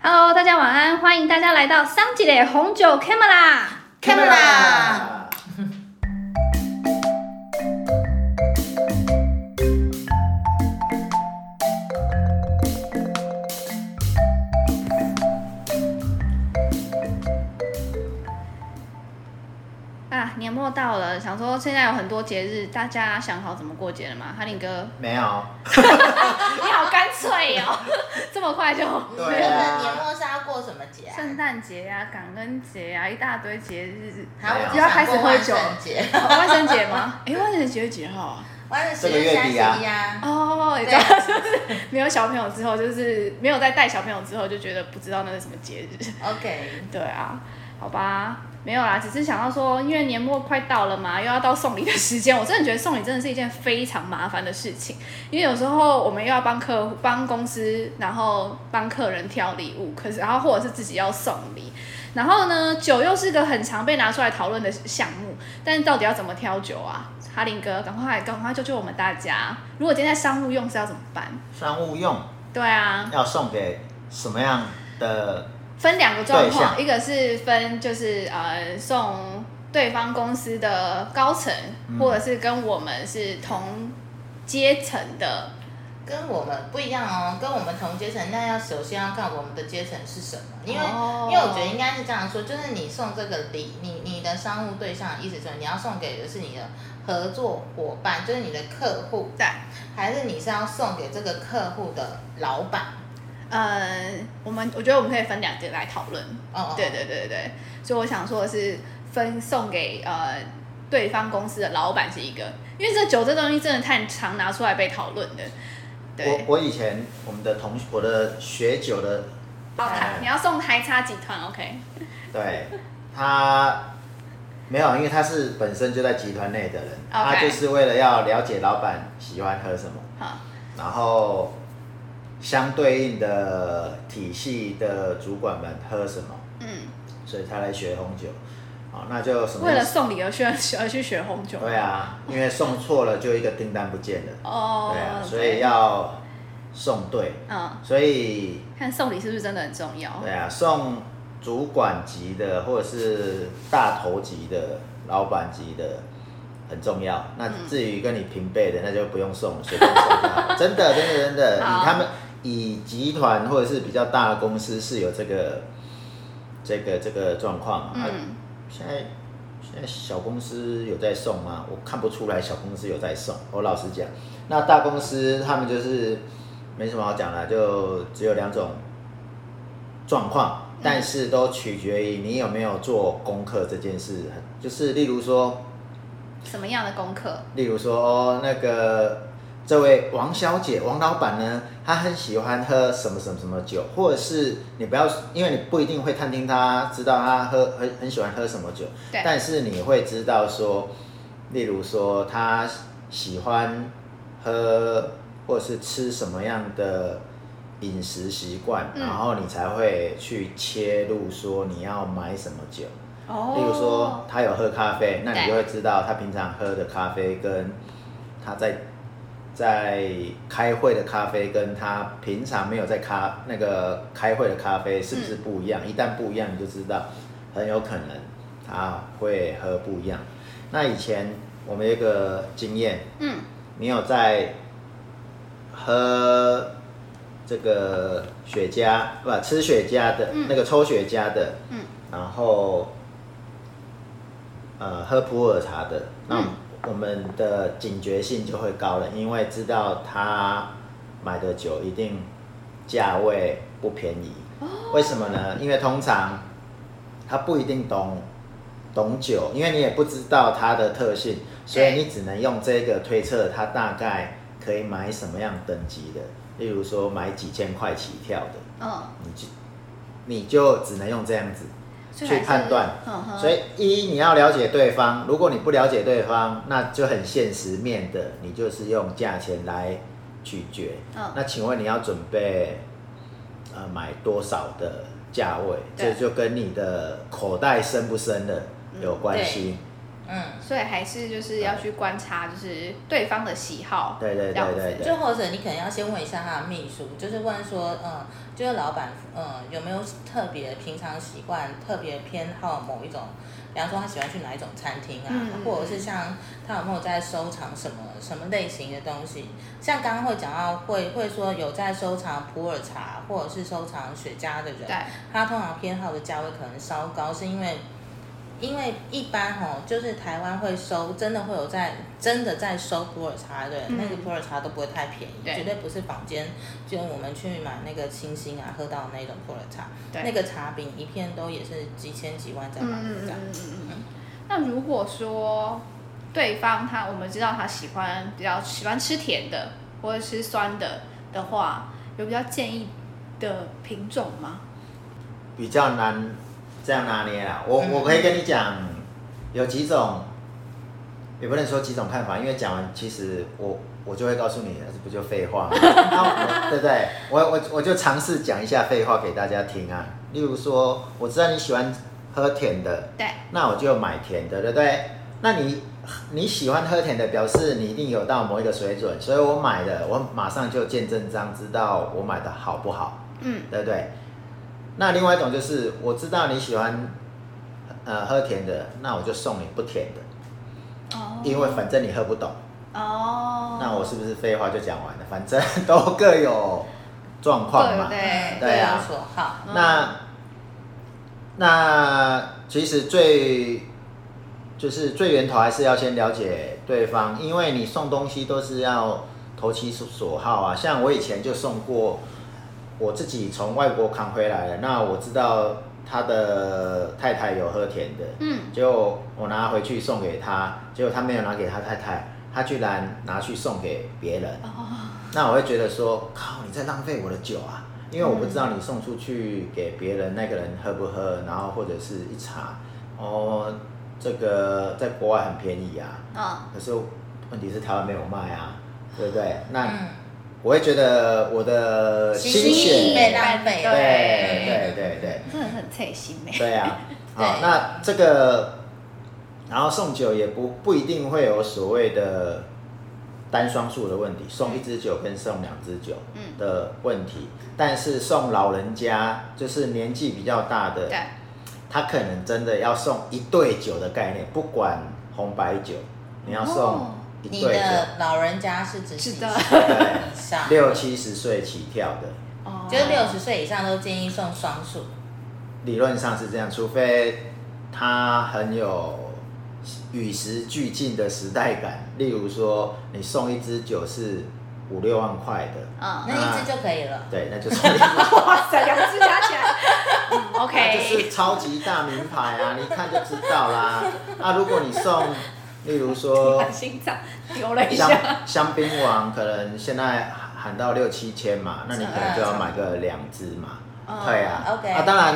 Hello，大家晚安，欢迎大家来到桑吉的红酒 Camera。 Camera 啊，年末到了，想说现在有很多节日，大家想好怎么过节了吗？哈林哥，没有，你好干脆哦哟、 这么 快就对你们年啊，末是要过什么节啊？圣诞节呀、感恩节啊呀、一大堆节 日。好，我只只要开始喝酒想过万圣节， 哦万圣节吗？哎、万圣节几月几号啊？万这圣个节月三十底啊一啊。哦，你知对道，就是没有小朋友之后，就是没有在带小朋友之后，就觉得不知道那是什么节日。 OK，对啊，好吧，没有啦，只是想要说，因为年末快到了嘛，又要到送礼的时间，我 真的觉得送礼真的是一件非常麻烦的事情，因为有时候我们又要帮客户、帮公司，然后帮客人挑礼物，可是然后或者是自己要送礼。然后呢，酒又是个很常被拿出来讨论的项目，但是到底要怎么挑酒啊？哈林哥，赶快赶快救救我们大家！如果今天在商务用是要怎么办？商务用对啊，要送给什么样的？分两个状对况，象一个是分就是呃送对方公司的高层，嗯或者是跟我们是同阶层的，跟我们不一样哦，跟我们同阶层，那要首先要看我们的阶层是什么，因为、哦因为我觉得应该是这样说，就是你送这个礼，你你的商务对象，意思说你要送给的是你的合作伙伴，就是你的客户，对，还是你是要送给这个客户的老板？呃，我们我觉得我们可以分两点来讨论，哦，哦对，对对对对，所以我想说的是分送给呃对方公司的老板是一个，因为这酒这东西真的太常拿出来被讨论的，我对，我以前我们的同我的学酒的，好哎台你要送台差集团，OK，对，他没有，因为他是本身就在集团内的人 OK 他就是为了要了解老板喜欢喝什么，好，然后相对应的体系的主管们喝什么，嗯，所以他来学红酒。好，那就什么为意了思？送礼而去而去学红酒，对啊，因为送错了就一个订单不见了。哦，对啊，所以要送对，嗯，所以看送礼是不是真的很重要？对啊，送主管级的或者是大头级的、老板级的很重要。嗯那至于跟你平辈的，那就不用送了，随便送就 好了。真的，真的，真的，好以他们以集团或者是比较大的公司是有这个这个这个状况啊。嗯，现在现在小公司有在送吗？我看不出来小公司有在送。我老实讲，那大公司他们就是没什么好讲的，就只有两种状况，但是都取决于你有没有做功课这件事。就是例如说，什么样的功课？例如说、哦、那个这位王小姐、王老板呢，她很喜欢喝什么什么什么酒，或者是你不要，因为你不一定会探听她，知道她喝很很喜欢喝什么酒，对但是你会知道说，例如说她喜欢喝或者是吃什么样的。饮食习惯，嗯然后你才会去切入说你要买什么酒。哦例如说，他有喝咖啡，那对你就会知道他平常喝的咖啡跟他在在开会的咖啡跟他平常没有在咖那个开会的咖啡是不是不一样？一旦不一样，你就知道很有可能他会喝不一样。那以前我们有一个经验，嗯，你有在喝这个雪茄不吃雪茄的、那个抽雪茄的，嗯，然后呃喝普洱茶的，那我们我们的警觉性就会高了，因为知道他买的酒一定价位不便宜。为什么呢？因为通常他不一定懂懂酒，因为你也不知道它的特性，所以对你只能用这个推测它大概可以买什么样等级的，例如说买几千块起跳的，嗯，你就你就只能用这样子。所以去还是判断嗯哼，所以一你要了解对方，如果你不了解对方，那就很现实面的，你就是用价钱来取决。嗯那请问你要准备呃买多少的价位？这对嗯就跟你的口袋深不深的有关系。嗯，所以还是就是要去观察，就是对方的喜好。对对这样对子对对就或者你可能要先问一下他的秘书，就是问说，嗯，就是老板，嗯，有没有特别平常习惯、特别偏好某一种，比方说他喜欢去哪一种餐厅啊，嗯嗯或者是像他有没有在收藏什么什么类型的东西？像刚刚会讲到会会说有在收藏普洱茶或者是收藏雪茄的人，对，他通常偏好的价位可能稍高，是因为因为一般吼，就是台湾会收，真的会有在真的在收普洱茶的人，嗯那个普洱茶都不会太便宜，对绝对不是坊间就我们去买那个清新啊喝到的那种普洱茶，对那个茶饼一片都也是几千几万在嗯买嗯的嗯这样。嗯嗯嗯。那如果说对方他我们知道他喜欢比较喜欢吃甜的或者吃酸的的话，有比较建议的品种吗？比较难这样拿捏啦。我嗯我可以跟你讲，有几种，也不能说几种看法，因为讲完其实我我就会告诉你，这不就废话吗？那我对不对？我我我就尝试讲一下废话给大家听啊。例如说，我知道你喜欢喝甜的，对，那我就买甜的，对不对？那你你喜欢喝甜的，表示你一定有到某一个水准，所以我买的，我马上就见证章，知道我买的好不好。嗯对不对？那另外一种就是，我知道你喜欢呃喝甜的，那我就送你不甜的，哦，因为反正你喝不懂。哦，那我是不是废话就讲完了？反正 都各有状况嘛。嗯哎对对，对啊有所好。嗯那那其实最就是最源头还是要先了解对方，因为你送东西都是要投其所所好啊。像我以前就送过，我自己从外国扛回来的，那我知道他的太太有喝甜的，嗯结果我拿回去送给他，结果他没有拿给他太太，他居然拿去送给别人。哦那我会觉得说，靠，你在浪费我的酒啊！因为我不知道你送出去给别人，那个人喝不喝，然后或者是一查，哦，这个在国外很便宜啊，嗯可是问题是台湾没有卖啊，对不对？那嗯，我会觉得我的心心意血，被浪费对了哎对对对，真的很贴心哎。对啊，对好，那这个，然后送酒也不不一定会有所谓的单双数的问题，送一支酒跟送两支酒嗯的问题，但是送老人家就是年纪比较大的，对，他可能真的要送一对酒的概念，不管红白酒，你要送哦一你对酒，的老人家是指是 几的 岁对以上？六七十岁起跳的，哦就是六十岁以上都建议送双数。理论上是这样，除非他很有与时俱进的时代感，例如说你送一支酒是五六万块的，嗯，那一只就可以了。对，那就送一支，哇塞，两只加起来嗯那就，OK，是超级大名牌啊，你一看就知道啦。那如果你送，例如说把心脏丢了一香下，香槟王，可能现在喊到六七千嘛，那你可能就要买个两支嘛。嗯对啊 OK 啊，当然，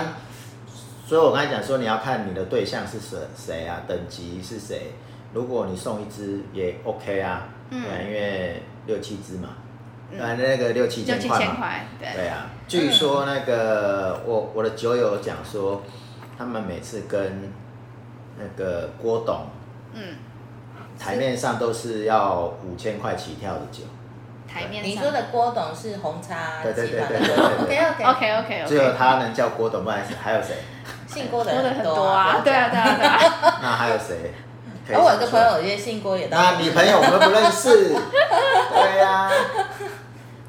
所以我刚才讲说，你要看你的对象是谁谁啊，等级是谁。如果你送一支也 OK 啊，嗯对啊，因为六七支嘛，嗯那、那个六七就千七块千嘛，块，对，对啊。据说那个、我我的酒友讲说，他们每次跟那个郭董嗯，台面上都是要五千块起跳的酒，台面上你说的郭董是红茶对对集团对的对对对 OK OK， OK OK 只有 OK，他能叫郭董，不然还 有谁？姓郭的说的人很很多多啊，对啊对啊对啊， 那还有谁？可以而我有个想出朋来友也姓郭，也那到你朋友我们不认识， 对呀、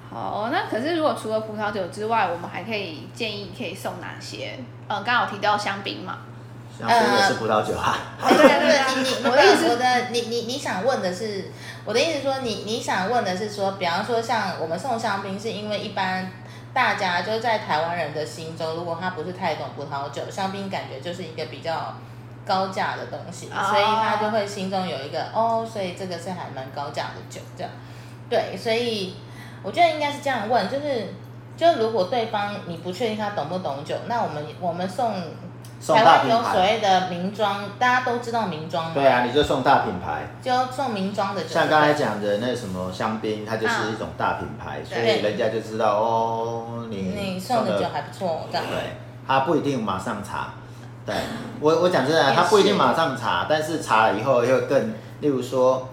好，那可是如果除了葡萄酒之外，我们还可以建议可以送哪些？嗯，刚好提到香槟嘛，香槟也是葡萄酒啊，对对啊对啊对，你你我的意思我的你你你想问的是，我的意思说你你想问的是说，比方说像我们送香槟，是因为一般大家就是在台湾人的心中，如果他不是太懂葡萄酒，香槟感觉就是一个比较。高价的东西，哦所以他就会心中有一个哦，所以这个是还蛮高价的酒这样。对，所以我觉得应该是这样问，就是就如果对方你不确定他懂不懂酒，那我们我们送送呃台大湾品有所牌。谓的名庄，大家都知道名庄嘛，对啊，你就送大品牌，就送名庄的酒，像刚才讲的那什么香槟，它啊就是一种大品牌，所以人家就知道哦，你你送的的酒还不错，这样对，他不一定马上查，对我我讲真的啊，也他不一定是马上查，但是查了以后又更，例如说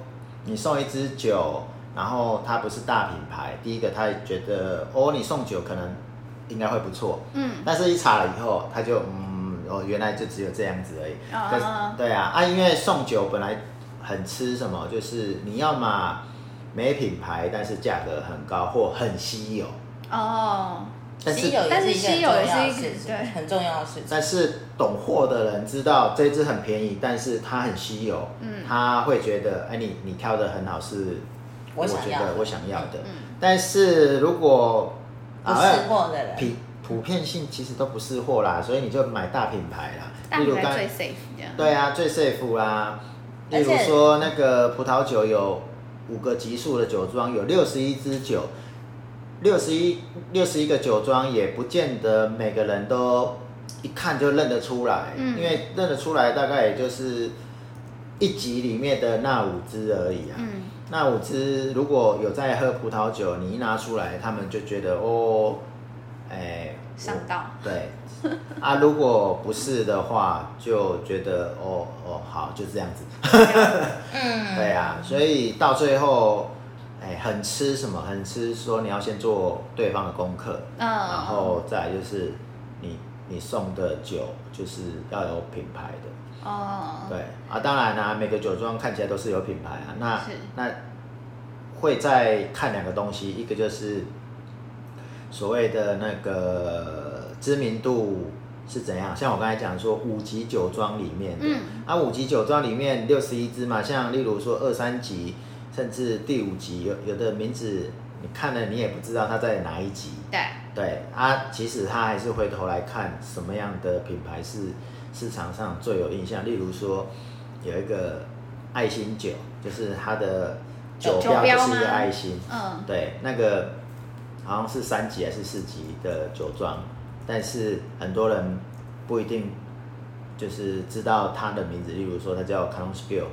你送一支酒，然后它不是大品牌，第一个他也觉得哦你送酒可能应该会不错，嗯，但是一查了以后他就嗯哦原来就只有这样子而已，啊可是啊对啊啊因为送酒本来很吃什么，就是你要嘛没品牌，但是价格很高或很稀有，哦，但是稀有但也是是一个稀很有也是一个重要的事情，对很重要的事情。但是懂货的人知道这只很便宜，但是它很稀有，嗯他会觉得，哎，你你挑的很好，是我想觉要得的我想要的。嗯但是如果不啊识货的人，普普遍性其实都不是货啦，所以你就买大品牌啦，大例如品刚牌最 safe 这样。对啊，最 safe 啦。例而如且说那个葡萄酒有五个级数的酒庄，有六十一支酒，六十一六十一个酒庄也不见得每个人都一看就认得出来，嗯因为认得出来大概也就是一级里面的那五支而已啊。嗯，那五支如果有在喝葡萄酒，你一拿出来，他们就觉得哦，哎、上我道。对，啊，如果不是的话，就觉得哦哦好，就这样子。嗯，对啊，所以到最后，哎，很吃什么？很吃说你要先做对方的功课，嗯，然后再来就是你你送的酒就是要有品牌的。哦，对啊，当然啦、每个酒庄看起来都是有品牌啊。那是那会再看两个东西，一个就是所谓的那个知名度是怎样，像我刚才讲说五级酒庄里面的，嗯啊五级酒庄里面六十一支嘛，像例如说二三级，甚至第五级，有有的名字你看了你也不知道它在哪一级，对，对啊，其实他还是回头来看什么样的品牌是市场上最有印象。例如说，有一个爱心酒，就是它的酒酒标标就是一个吗爱心。嗯，对，那个好像是三级还是四级的酒庄，但是很多人不一定就是知道它的名字。例如说，它叫 c a n o n s k i l l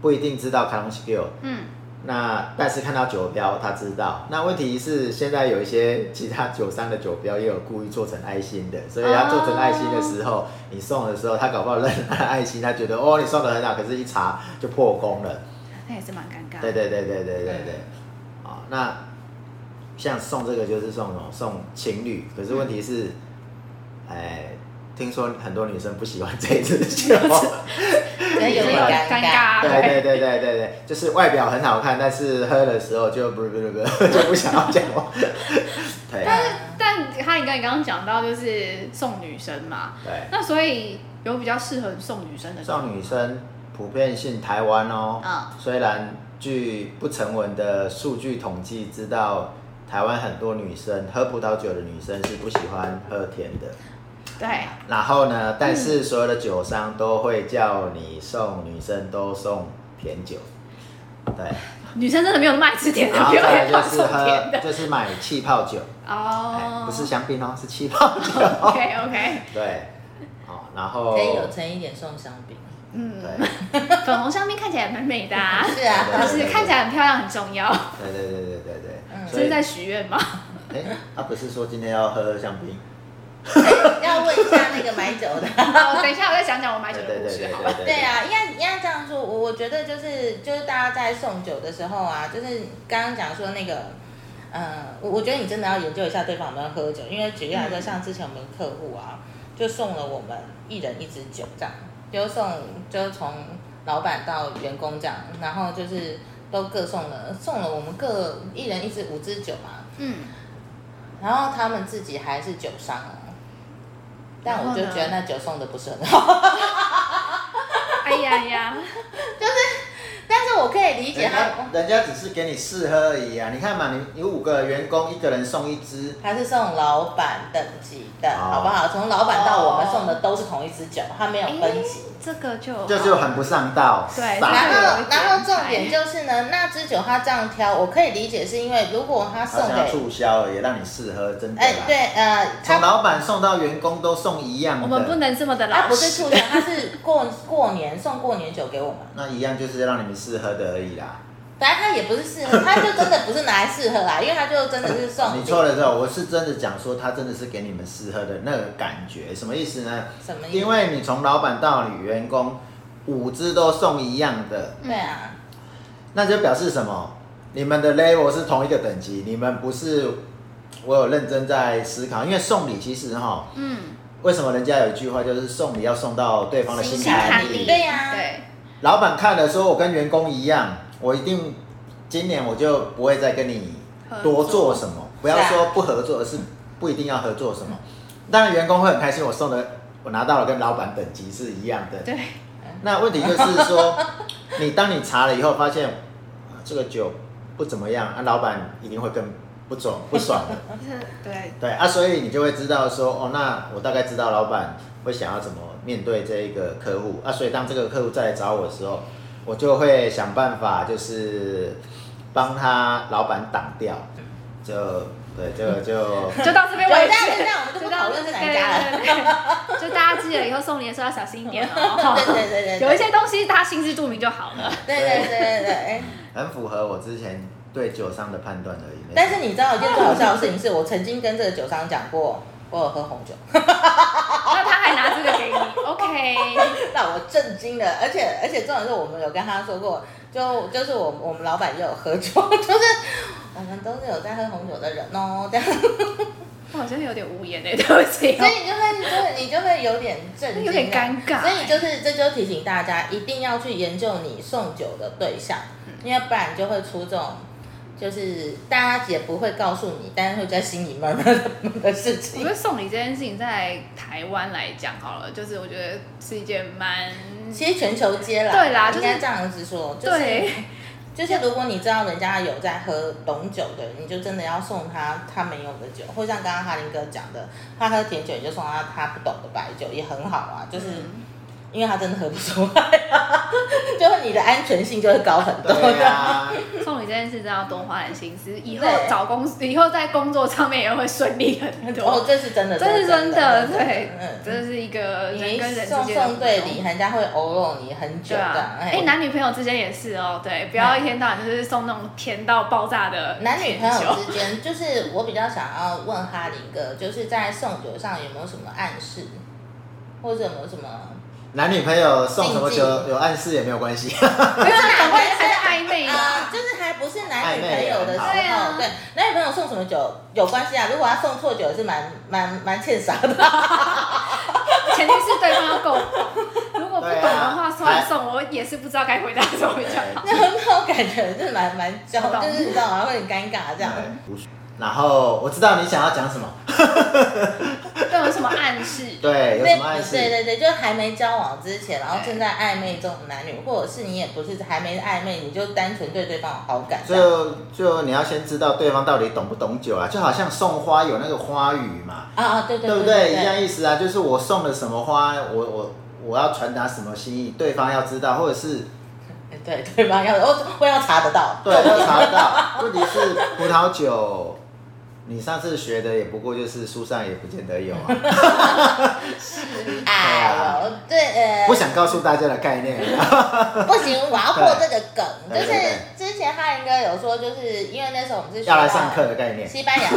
不一定知道 c a n o n s k i l l 嗯，那但是看到酒标，他知道。那问题是，现在有一些其他酒商的酒标也有故意做成爱心的，所以他做成爱心的时候，你送的时候，他搞不好认爱心，他觉得哦你送的很好，可是一查就破功了。那也是蛮尴尬。对，对对对对对对。啊，那像送这个就是送什么送情侣，可是问题是，哎、听说很多女生不喜欢这一支酒。可能有点尴尴尬对对对对对对，就是外表很好看，但是喝的时候就不不不不 就不想要讲话。 对啊但是，但他你刚你刚刚讲到就是送女生嘛，对，那所以有比较适合送女生的送女生普遍性台湾哦，嗯虽然据不成文的数据统计知道，台湾很多女生喝葡萄酒的女生是不喜欢喝甜的。对，然后呢，但是所有的酒商都会叫你送女生都送甜酒， 对，女生真的没有那么爱吃甜的然，后不要再来害啊就怕是送甜喝的。就是买气泡酒。哎哦，不是哦香槟哦，是气泡酒。 ，OK OK，对，好，然后可以有诚意点送香槟。对嗯，粉红香槟看起来蛮美的 啊，是啊，对就是看起来很漂亮很重要，对对对对对对，嗯这所是以在许愿吗？ 哎，他不是说今天要喝香槟？哎要问一下那个买酒的。哦，等一下我再讲讲我买酒对的故对对事对好对了。对对，啊，应该应该这样说，我我觉得就是就是大家在送酒的时候啊，就是刚刚讲说那个，呃，我我觉得你真的要研究一下对方有没有喝酒，因为举例来说，像之前我们客户啊，就送了我们一人一支酒这样，就送就从老板到员工这样，然后就是都各送了送了我们各一人一支五支酒嘛，嗯，然后他们自己还是酒商哦，但我就然后呢觉得那酒送的不是很好，哎呀呀，但是我可以理解人他。家人家只是给你试喝而已啊！你看嘛，你你五个员工，一个人送一支，他是送老板等级的，哦好不好？从老板到我们送的都是同一支酒，他没有分级。这个就这就很不上道。对傻然哎了后，然后重点就是呢，那支酒他这样挑，我可以理解，是因为如果他他送想要给，促销，也让你试喝，真的哎，啦。对，呃，从他老板送到员工都送一样的，我们不能这么的他老啊不是实促。销，他是过过年送过年酒给我们。那一样就是让你们试喝的而已啦。反正它也不是 适合，它就真的不是拿来适合啦，因为它就哦真的是送你礼错了之后，我是真的讲说，它真的是给你们适合的那个感觉，什么意思呢？什么意思？因为你从老板到女员工，五只都送一样的，对啊，那就表示什么？你们的 level 是同一个等级，你们不是。我有认真在思考，因为送礼其实哈，嗯，为什么人家有一句话就是送礼要送到对方的心心坎坎里？里对呀对，老板看了说，我跟员工一样，我一定今年我就不会再跟你多做什么，不要说不合作，而是不一定要合作什么。当然，员工会很开心，我送的我拿到了跟老板等级是一样的。对，那问题就是说，你当你查了以后，发现啊这个酒不怎么样，啊，老板一定会更不爽不爽的。对，对啊，所以你就会知道说，哦，那我大概知道老板会想要怎么面对这一个客户啊，所以当这个客户再来找我的时候，我就会想办法就是帮他老板挡掉，就对，这嗯个就 就到这边对为这样止这。样啊我们就不讨论是哪一家了。了。就大家记得以后送礼的时候要小心一点哦。 对对对对，对有一些东西大家心知肚明就好 了。对对对对哎对。很符合我之前对酒商的判断而已。没但是你知道一件最好笑的事情是，我曾经跟这个酒商讲过，我有喝红酒，那他还拿这个给你，OK？让我震惊了。而且而且重点是我们有跟他说过，就就是我我们老板也有喝酒， 就是我们都是有在喝红酒的人哦，这样，我好像有点无言哎、 对不起欸所哦、以你就会就会你就会有点震惊，啊有点尴尬所以就是这就提醒大家，一定要去研究你送酒的对象，嗯因为不然就会出这种。就是大家也不会告诉你，但是会在心里慢慢的事我情觉。得送礼这件事情在台湾来讲好了，就是我觉得是一件蛮其实全球皆啦，对啦就是应该这样子说，就是对就是如果你知道人家有在喝懂酒的，你就真的要送他他没有的酒，或像刚刚哈林哥讲的，他喝甜酒你就送他他不懂的白酒也很好啊，就是嗯因为他真的喝不出来、啊， 就是你的安全性就会高很多。对啊， 送礼这件事真的要多花点心思，以后对找工以后在工作上面也会顺利很哦多，，这是真的，这是真的，对嗯，这是一个人你跟人之送间的送对礼，互动。人家会欧弄你很对久的。啊，哎、嘿男女朋友之间也是哦，对，不要一天到晚就是送那种甜到爆炸的男女朋甜友酒 之间，就是我比较想要问哈林哥，就是在送酒上有没有什么暗示，或者有没有什么？ 男女朋友送什么酒禁忌有暗示也没有关 系。没有，赶快还在暧昧啊、啊！ 就是还不是男女朋友的时候，暧昧也很好对，男女朋友送什么酒有关系啊？如果他送错酒也是蛮蛮蛮欠傻的。前提是对方要够懂，如果不懂的话，对啊送然送，我也是不知道该回答什么比较好。那种感觉是蛮蛮焦，懂就是你知道吗？会很尴尬这样。对然后我知道你想要讲什么，对我有什么暗示？对，有什么暗示？对对对，就是还没交往之前，然后正在暧昧中的男女，或者是你也不是还没暧昧，你就单纯对对方有好感这样。就就你要先知道对方到底懂不懂酒啊，就好像送花有那个花语嘛，啊啊，对对对不对对？一样意思啊，就是我送了什么花，我我我要传达什么心意，对方要知道，或者 是对对方要我我要查得到，对要查得到。问题是葡萄酒，你上次学的也不过就是书上也不见得有 啊，哎呦，对呃，不想告诉大家的概念啊。不行，我要破这个梗，就对是对对之前哈林哥有说，就是因为那时候我们是学要来到上课的概念西 班牙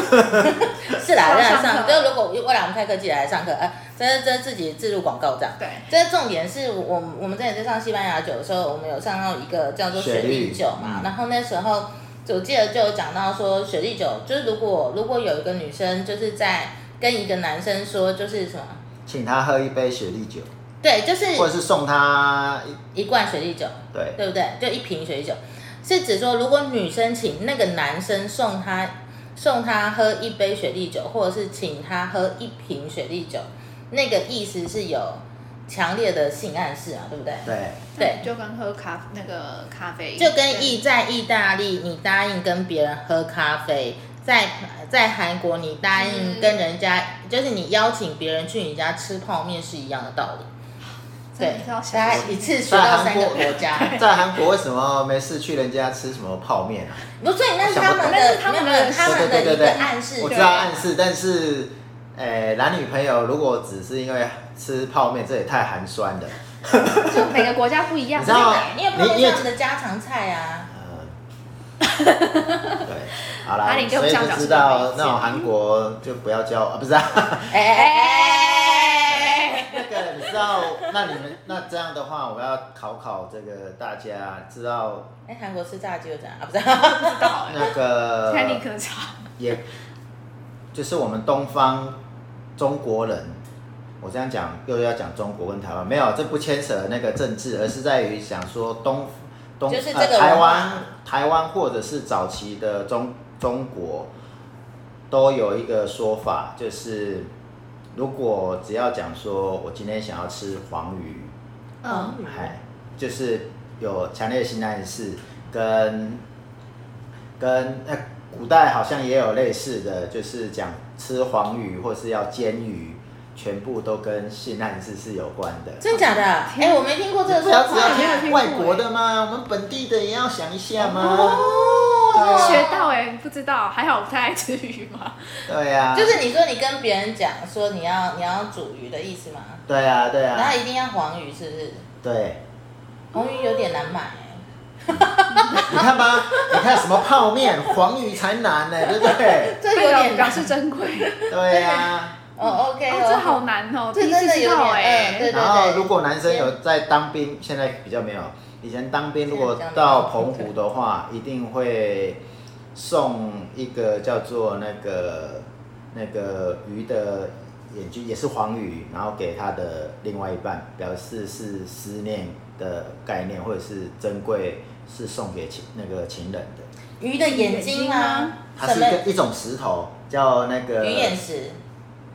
是啦，要来要上课上，就如果未来我们开课记得来上课，呃，这是这是自己自入广告这样。对，这重点是我们我们之前在上西班牙酒的时候，我们有上到一个叫做雪莉酒嘛雪，莉嗯然后那时候我记得就有讲到说雪莉酒，就是如果如果有一个女生就是在跟一个男生说就是什么，请他喝一杯雪莉酒，对，就是或者是送他一一罐雪莉酒，对对不对？就一瓶雪莉酒，是指说如果女生请那个男生送她送她喝一杯雪莉酒，或者是请她喝一瓶雪莉酒，那个意思是有强烈的性暗示啊，对不对？对对就跟喝咖那个咖啡，就跟意在意大利，你答应跟别人喝咖啡。在在韩国，你答应嗯跟人家，就是你邀请别人去你家吃泡面是一样的道理。真对的是要，小大概心一次学 到在韩三个国国家。 在韩国为什么没事去人家吃什么泡面啊？不是，那是我想他不们懂那的是，他们没的有没有他对们对的对一对个暗示，我知对啊道暗示，但是，诶、男女朋友如果只是因为吃泡面，这也太寒酸了。就每个国家不一样。你知道对因为泡面是他们的家常菜啊， 呃，对，好啦阿，玲就不所以想就讲什么知道意见那种韩国就不要交 啊，不是啊， 哎哎哎，那个你知道，那你们那这样的话，我要考考这个大家，知道哎，韩国吃炸鸡又怎样啊？不是，知道哎，那 个看立刻查。也就是我们东方中国人，我这样讲又要讲中国跟台湾，没有，这不牵扯那个政治，而是在于想说东东就是这个呃、台文化湾台湾或者是早期的中中国都有一个说法，就是如果只要讲说我今天想要吃黄鱼，嗯，嗨，哎就是有强烈的性暗示，跟跟那、古代好像也有类似的，就是讲吃黄鱼或是要煎鱼，全部都跟性暗示是有关的。真假的？哎，我没听过这个不说要只没要有法。听听过外国的吗？我们本地的也要想一下吗？欸哦学到哎，不知道，还好我不太爱吃鱼嘛。对呀、啊，就是你说你跟别人讲说你要你要煮鱼的意思吗？对呀、啊，对呀、然啊后，一定要黄鱼是不是？对。 红鱼有点难买。你看吧，你看什么泡面、黄鱼才难呢、对不对？这有点表难示珍贵。对啊呀、哦，OK，哦，这好难哦，这第一次真的知有道点哎嗯。对然后，如果男生有在当兵，现在比较没有。以前当兵如果到澎湖的话，一定会送一个叫做那个那个鱼的眼睛，也是黄鱼，然后给他的另外一半，表示是思念的概念，或者是珍贵，是送给情那个情人 的。鱼的眼睛眼睛吗？它什是一个么一种石头，叫那个鱼眼石？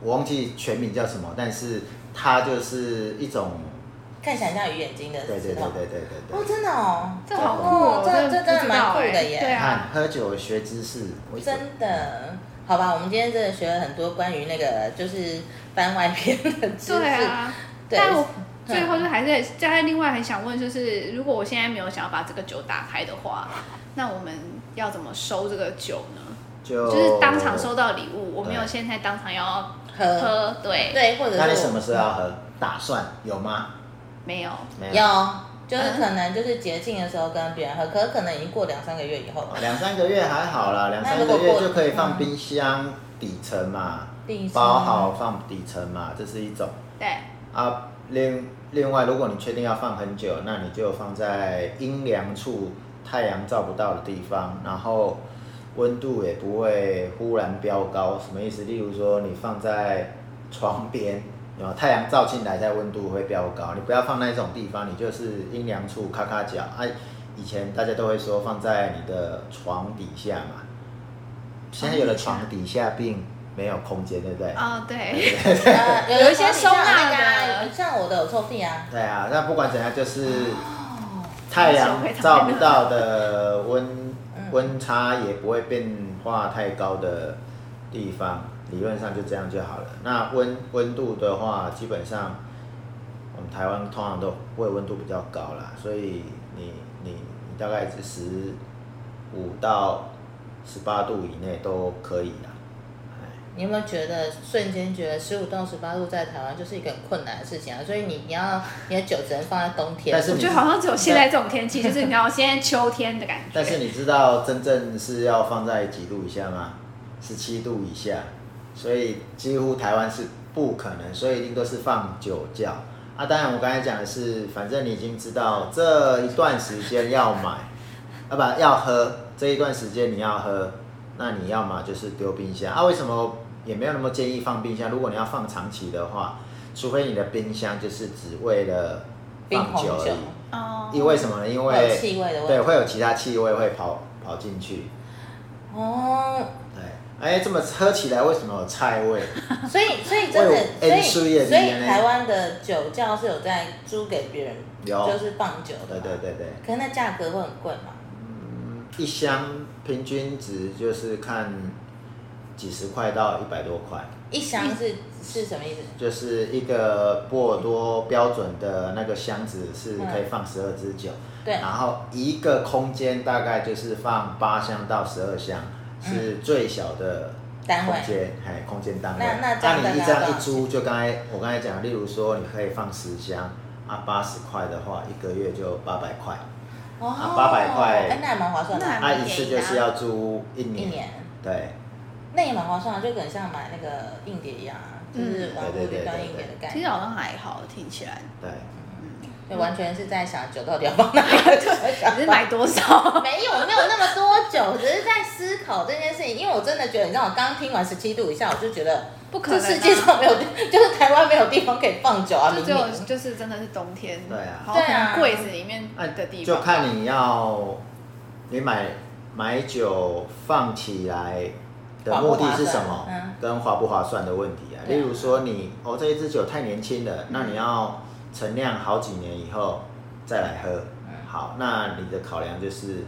我忘记全名叫什么，但是它就是一种，看起来像鱼眼睛的对对对对石头。对对对。哦，真的哦，这好酷哦，哦这真的这不真知的道蛮酷哎的耶对看啊，喝酒学知识，我哦真的。好吧，我们今天真的学了很多关于那个就是番外篇的知识。对啊。对但我最后就还是在另外还想问，就是如果我现在没有想要把这个酒打开的话，那我们要怎么收这个酒呢？就就是当场收。到礼物，我没有对现在当场要喝呃喝，对，对，或者那你是什么时候要喝？打算有吗？没有，没有，有，嗯就是可能就是节庆的时候跟别人喝，可是可能已经过两三个月以后了。两三个月还好啦，两三那如个果月过就可以放冰箱底层嘛，第一次包好放底层嘛，这是一种对，啊。另另外，如果你确定要放很久，那你就放在阴凉处，太阳照不到的地方，然后温度也不会忽然飙高。什么意思？例如说，你放在窗边，有没有太阳照进来，它温度会飙高。你不要放那种地方，你就是阴凉处，咔咔角。啊，以前大家都会说放在你的床底下嘛，现在有了床底下并没有空间，对不对？啊，哎对，呃 有有一些收纳的的，像我的有抽屉啊。对啊，那不管怎样，就是太阳照不到的温温差也不会变化太高的地方，理论上就这样就好了。那温温度的话，基本上我们台湾通常都会温度比较高啦，所以你你你大概是十五到十八度以内都可以啦。你有没有觉得瞬间觉得十五到十八度在台湾就是一个很困难的事情啊？所以你你要你的酒只能放在冬天，但是我觉得好像只有现在这种天 气，就是你知道现在秋天的感觉，但是你知道真正是要放在几度以下吗？十七度以下，所以几乎台湾是不可能，所以一定都是放酒窖啊。当然，我刚才讲的是，反正你已经知道这一段时间要买，啊不要喝，这一段时间你要喝，那你要么就是丢冰箱啊。为什么也没有那么建议放冰箱？如果你要放长期的话，除非你的冰箱就是只为了冰放红酒而酒已。哦，因为什么呢？因会为有气味的问题对，会有其他气味会跑跑进去。哦，对，哎，这么喝起来为什么有菜 味？啊所以所以真的，我所有以 N 的所以 DNA 台湾的酒窖是有在租给别人，有就是放酒的哦对嘛，对对对，可是那价格会很贵嘛？一箱平均值就是看几十块到一百多块，一箱是是什么意思？就是一个波尔多标准的那个箱子是可以放十二支酒，嗯对然后一个空间大概就是放八箱到十二箱，是嗯最小的单位空间，哎，空间单位。那那这样你一大概张多一少租，就刚才我刚才讲，例如说你可以放十箱，啊，八十块的话，一个月就八百块，哦， 800块哎，那还蛮划算的那还啊，蛮它一次就是要租一一年，年，对，那也蛮划算的，就很像买那个硬碟一样啊，就是网络云端硬碟的概嗯其实念，好像还好，听起来。对，嗯就完全是在想酒到底要放 哪里，你是买多 少？没有没有那么多酒，只是在思考这件事情，因为我真的觉得，你知道，我刚听完十七度以下，我就觉得不可能、这啊世界上没有，就是台湾没有地方可以放酒啊，就明只有明。就是真的是冬天，对啊然后可对啊能柜子里面那的地方，就看你要你买买酒放起来的目的是什么划不划算，嗯跟划不划算的问题啊。对啊嗯例如说你哦这一支酒太年轻了，那你要陈酿好几年以后再来喝。嗯好，那你的考量就是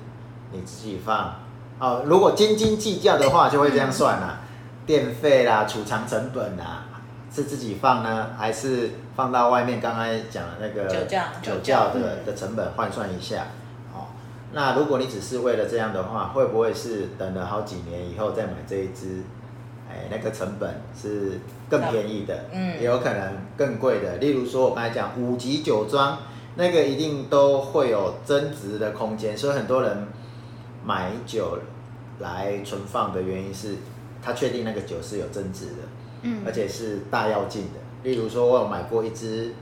你自己放哦。如果斤斤计较的话，就会这样算啦、电费啦、储藏成本啦。是自己放呢，还是放到外面？刚才讲的那个酒窖酒窖的嗯的成本换算一下，哦，那如果你只是为了这样的话，会不会是等了好几年以后再买这一支？哎，那个成本是更便宜的，嗯也有可能更贵的。例如说，我刚才讲五级酒庄，那个一定都会有增值的空间，所以很多人买酒来存放的原因是，他确定那个酒是有增值的，嗯而，且是大药进的。例如说，我有买过一支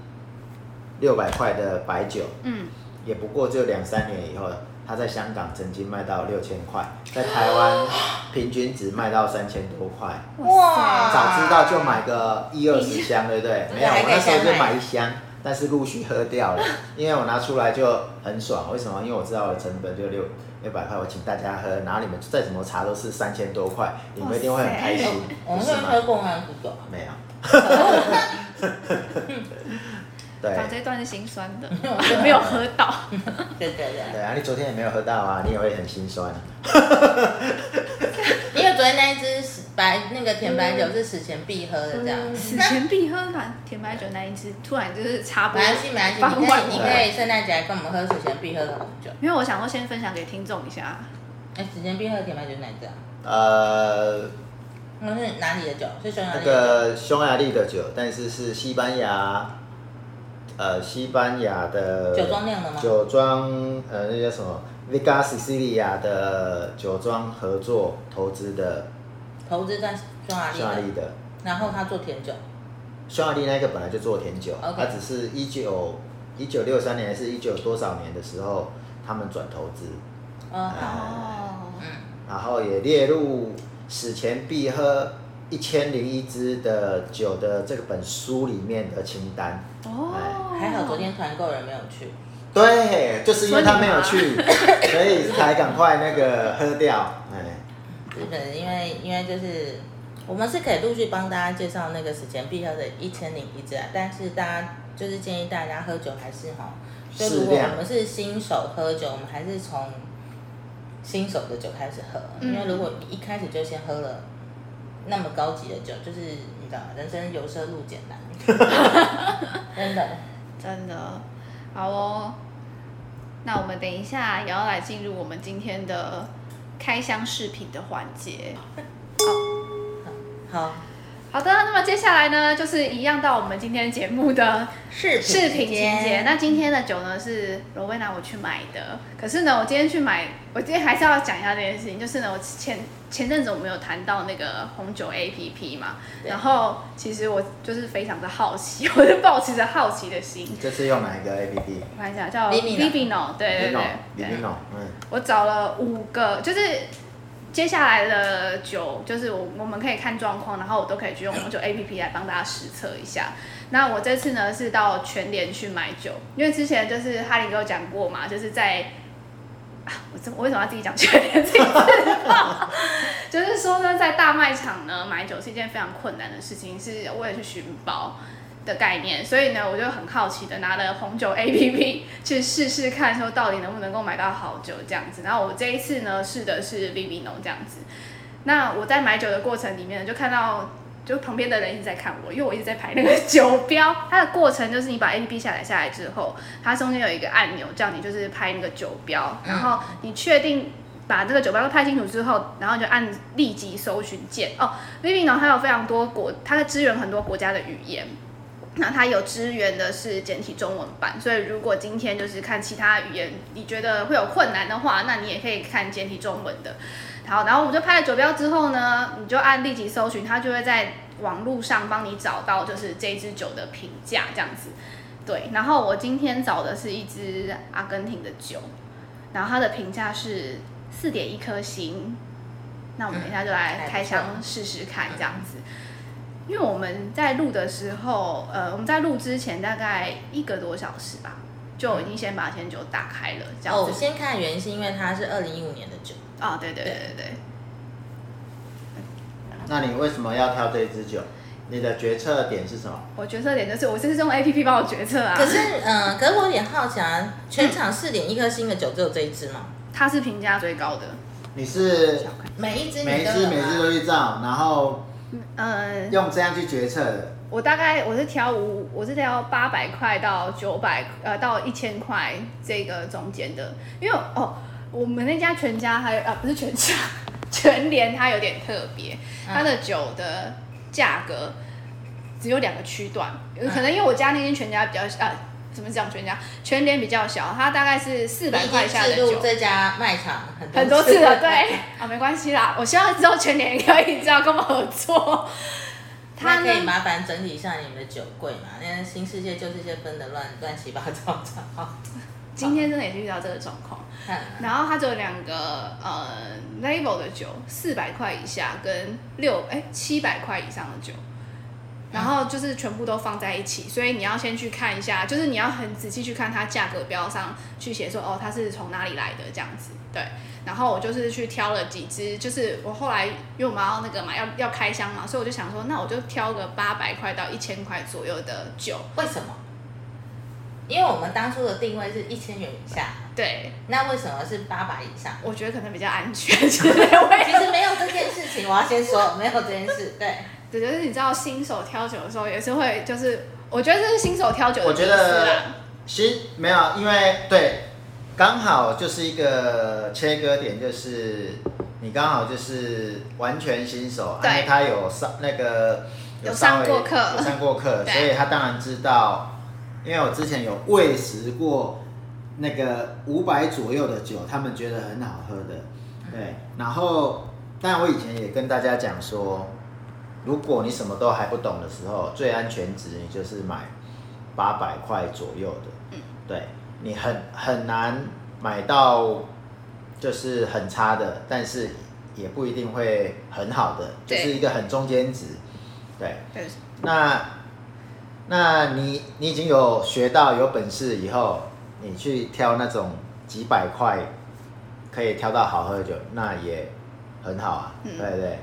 六百块的白酒，嗯，也不过就两三年以后，它在香港曾经卖到六千块，在台湾平均只卖到三千多块。哇早知道就买个一二十箱，对不对？对没有，我那时候还可以就先买买一箱，但是陆续喝掉 了，因为我拿出来就很爽。为什么？因为我知道我的成本就六六百块，我请大家喝，然后你们再怎么查都是三千多块，你们一定会很开心，我不们是会吗？喝啊公安不酒，没有。 对讲这一段是心酸 的，没有喝到，对对对。对啊，你昨天也没有喝到啊，你也会很心酸。因为昨天那一支是白那个甜白酒是史前必喝的这样。此前必喝完甜白酒那一支，突然就是插播没关系，没关系，放你可缓以，你我可以圣诞节来跟我们喝史前必喝的红酒。因为我想说先分享给听众一下，哎，史前必喝的甜白酒是哪一支啊？呃，那是哪里的酒？是匈牙那利的个酒。匈牙利的酒，但是是西班牙，呃，西班牙的酒庄酿的吗酒庄呃，那叫什么 Vega Sicilia 的酒庄合作投资的投资在匈牙利匈牙利的，的。然后他做甜酒。匈牙利那个本来就做甜酒， OK 它只是一九一九六三年还是一九多少年的时候，他们转投资，嗯，哎好，哦，嗯，然后也列入史前必喝一千零一支的酒的这个本书里面的清单。哦，还好昨天团购人没有去。对，就是因为他没有去，所以才赶快那个喝掉。哎，日本因为因为就是我们是可以陆续帮大家介绍那个史前必喝的一千零一支啊，但是大家就是建议大家喝酒还是哈，就如适果量我们是新手喝酒，我们还是从新手的酒开始喝，因为嗯如果一开始就先喝了那么高级的酒，就是你知道吗，人生由奢入俭 难， 真的。真的，好哦。那我们等一下也要来进入我们今天的开箱视频的环节。好，好的，那么接下来呢，就是一样到我们今天节目的视频视频情节。间那今天的酒呢是罗威拿我去买的，可是呢，我今天去买，我今天还是要讲一下这件事情，就是呢，我前前阵子我们有谈到那个红酒 A P P 嘛，对然后其实我就是非常的好奇， 我就抱持着好奇的心你，这次用哪一个 A P P？我看一下叫 Vivino Vivino，对对哦对李对明，龙，嗯，我找了五个，就是接下来的酒，就是我我们可以看状况，然后我都可以去用红酒 A P P 来帮大家实测一下。那我这次呢是到全联去买酒，因为之前就是哈林给我讲过嘛，就是在。啊我怎么我为什么要自己讲全联自己自爆 就是说呢，在大卖场呢买酒是一件非常困难的事情，是为了去寻宝的概念，所以呢，我就很好奇的拿了红酒 A P P 去试试看，说到底能不能够买到好酒这样子。然后我这一次呢试的是 Vivino 这样子。那我在买酒的过程里面呢，就看到就旁边的人一直在看我，因为我一直在排那个酒标。它的过程就是你把 A P P 下载下来之后，它中间有一个按钮，叫你就是拍那个酒标，然后你确定。把这个酒标都拍清楚之后，然后你就按立即搜寻键哦。Vivino 它有非常多国，它支援很多国家的语言，那它有支援的是简体中文版，所以如果今天就是看其他语言，你觉得会有困难的话，那你也可以看简体中文的。好，然后我们就拍了酒标之后呢，你就按立即搜寻，它就会在网络上帮你找到就是这支酒的评价这样子。对，然后我今天找的是一支阿根廷的酒，然后它的评价是四点一颗星。那我们等一下就来嗯开还不箱错试试看这样子。因为我们在录的时候，呃，我们在录之前大概一个多小时吧，就已经先把鲜酒打开了，这哦样，子。先看原因是因为它是二零一五年的酒，啊、对对对对对，哎那你为什么要挑这支酒？你的决策点是什么？我决策点就是我就是用 A P P 帮我决策啊。可是嗯、呃可是我有点好奇啊，全场四点一颗星的酒只有这一支吗？它是评价最高的，你是每一支每一支每一支都去照，然后嗯，用这样去决策的。我大概我是挑五，我是挑八百块到九百，呃，到一千块这个中间的，因为哦，我们那家全家还有啊，不是全家， 全联它有点特别，嗯它的酒的价格只有两个区段，有嗯可能因为我家那间全家比较啊，怎么讲全家全联比较小，它大概是四百块以下的你已经置酒入。这家卖场很多很多次 了，对。嗯啊，没关系啦。我希望之后全联也可以这样跟我合作。它那呢可以麻烦整理一下你们的酒柜嘛？那新世界就是一些分的乱乱七八糟糟。今天真的也是遇到这个状况。看然后它只有两个呃 label 的酒，四百块以下跟六哎七百块以上的酒，然后就是全部都放在一起，所以你要先去看一下，就是你要很仔细去看它价格标上去写说哦它是从哪里来的这样子，对。然后我就是去挑了几支，就是我后来因为我们要那个嘛，要要开箱嘛，所以我就想说，那我就挑个八百块到一千块左右的酒，为什么？因为我们当初的定位是一千元以下，对那为什么是八百以上？我觉得可能比较安全 之类的。我也其实没有这件事情，我要先 说没有这件事。对，对，就是你知道新手挑酒的时候也是会，就是我觉得这是新手挑酒的我觉迷思得啦其实没有，因为对，刚好就是一个切割点，就是你刚好就是完全新手，对因为他有上那个有稍上微过课有上过 课，对所以他当然知道。因为我之前有喂食过那个五百左右的酒，他们觉得很好喝的，对。然后，但我以前也跟大家讲说，如果你什么都还不懂的时候，最安全值你就是买八百块左右嗯的，对你很很难买到就是很差的，但是也不一定会很好的，就对是一个很中间值。对，对，那那你你已经有学到有本事以后，你去挑那种几百块可以挑到好喝的酒，那也很好啊，嗯对对。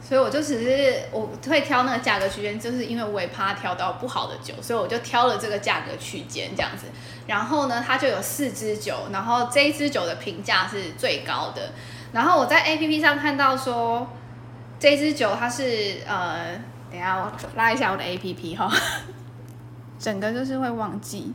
所以我就只是我会挑那个价格区间，就是因为我也怕挑到不好的酒，所以我就挑了这个价格区间这样子。然后呢，它就有四支酒，然后这一支酒的评价是最高的。然后我在 A P P 上看到说，这支酒它是呃，等一下我拉一下我的 A P P 哈， 整个就是会忘记。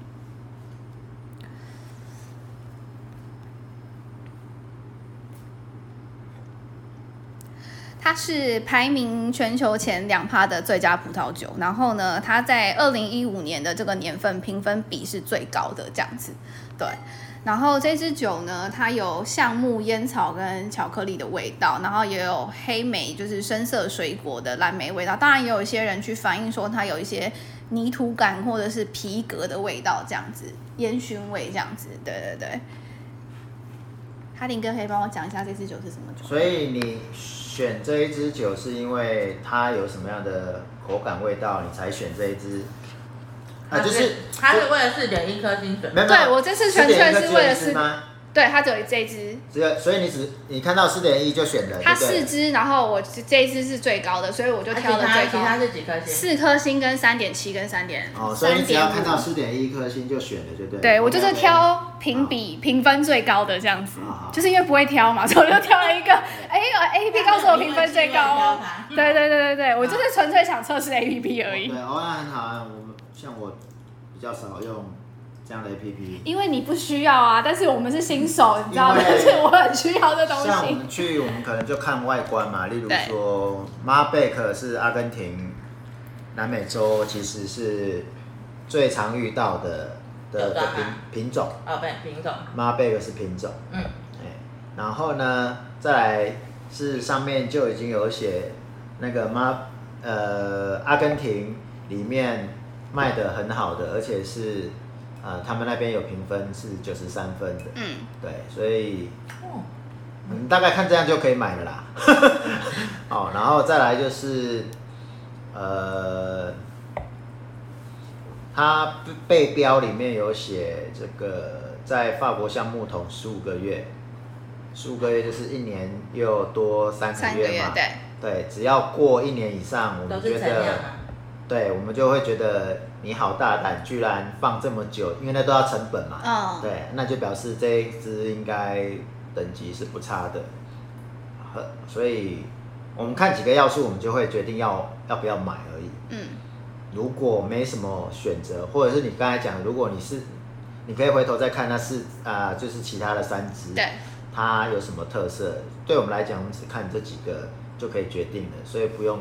它是排名全球前两趴的最佳葡萄酒，然后呢，它在二零一五年的这个年份评分比是最高的这样子，对。然后这支酒呢，它有橡木、烟草跟巧克力的味道，然后也有黑莓，就是深色水果的蓝莓味道。当然，也有一些人去反映说它有一些泥土感或者是皮革的味道，这样子烟熏味这样子。对对对。哈林哥可以帮我讲一下这支酒是什么酒吗？所以你选这一支酒是因为它有什么样的口感味道，你才选这一支？啊，就是他是为了四点一颗薪水，没有对没有我这次纯粹4.1是个只有为了一支是吗？对，它只有这一支，只有，所以你只你看到四点一就选了，它对不对四支，然后我这一支是最高的，所以我就而且挑了他最啊其他高。是几颗星？四颗星跟三点七跟三点哦，所以你三只要点看到五，四点一颗星就选了，对不对？对我就是挑好评比评分最高的这样子好好，就是因为不会挑嘛， 所以我就挑了一个，哎，A P P 告诉我评分最高哦。他对对对对对，我就是纯粹想测试 A P P 而已对，，啊哦，那很好啊。我们像我比较少用这样的 APP，因为你不需要啊，但是我们是新手，你知道吗？因为但是我很需要这东像我西。们去，我们可能就看外观嘛，例如对说 m a r b e c 是阿根廷南美洲，其实是最常遇到的的有的抓吗品品种，哦，不，品种，妈贝格是品种，嗯，哎，然后呢，再来是上面就已经有写那个妈呃阿根廷里面卖的很好的，而且是呃他们那边有评分是九十三分的，嗯，对，所以哦，嗯，大概看这样就可以买了啦。 哦，然后再来就是，呃，它背标里面有写这个在法国橡木桶十五个月，十五个月就是一年又多三三个个月月嘛。对，对，只要过一年以上，我都们是觉陈酿得，啊，对，我们就会觉得你好大胆，居然放这么久，因为那都要成本嘛。嗯，对，那就表示这一支应该等级是不差的，很所以我们看几个要素，我们就会决定要要不要买而已。嗯，如果没什么选择，或者是你刚才讲，如果你是，你可以回头再看那是啊、就是其他的三支，对，它有什么特色？对我们来讲，我们只看这几个就可以决定了，所以不用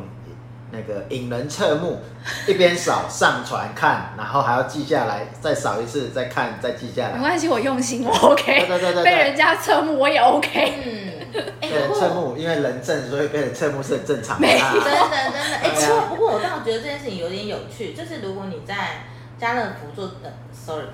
那个引人侧目，一边扫上传看，然后还要记下来，再扫一次，再看，再记下来没。关系，我用心，我 OK，对对对对对被人家侧目我也 OK，嗯，被哎，人不侧过目，因为人正，所以被人侧目是很正常的没啊。真的真 的，哎，对啊其实不过我倒觉得这件事情有点有趣，就是如果你在家乐福做，呃，sorry，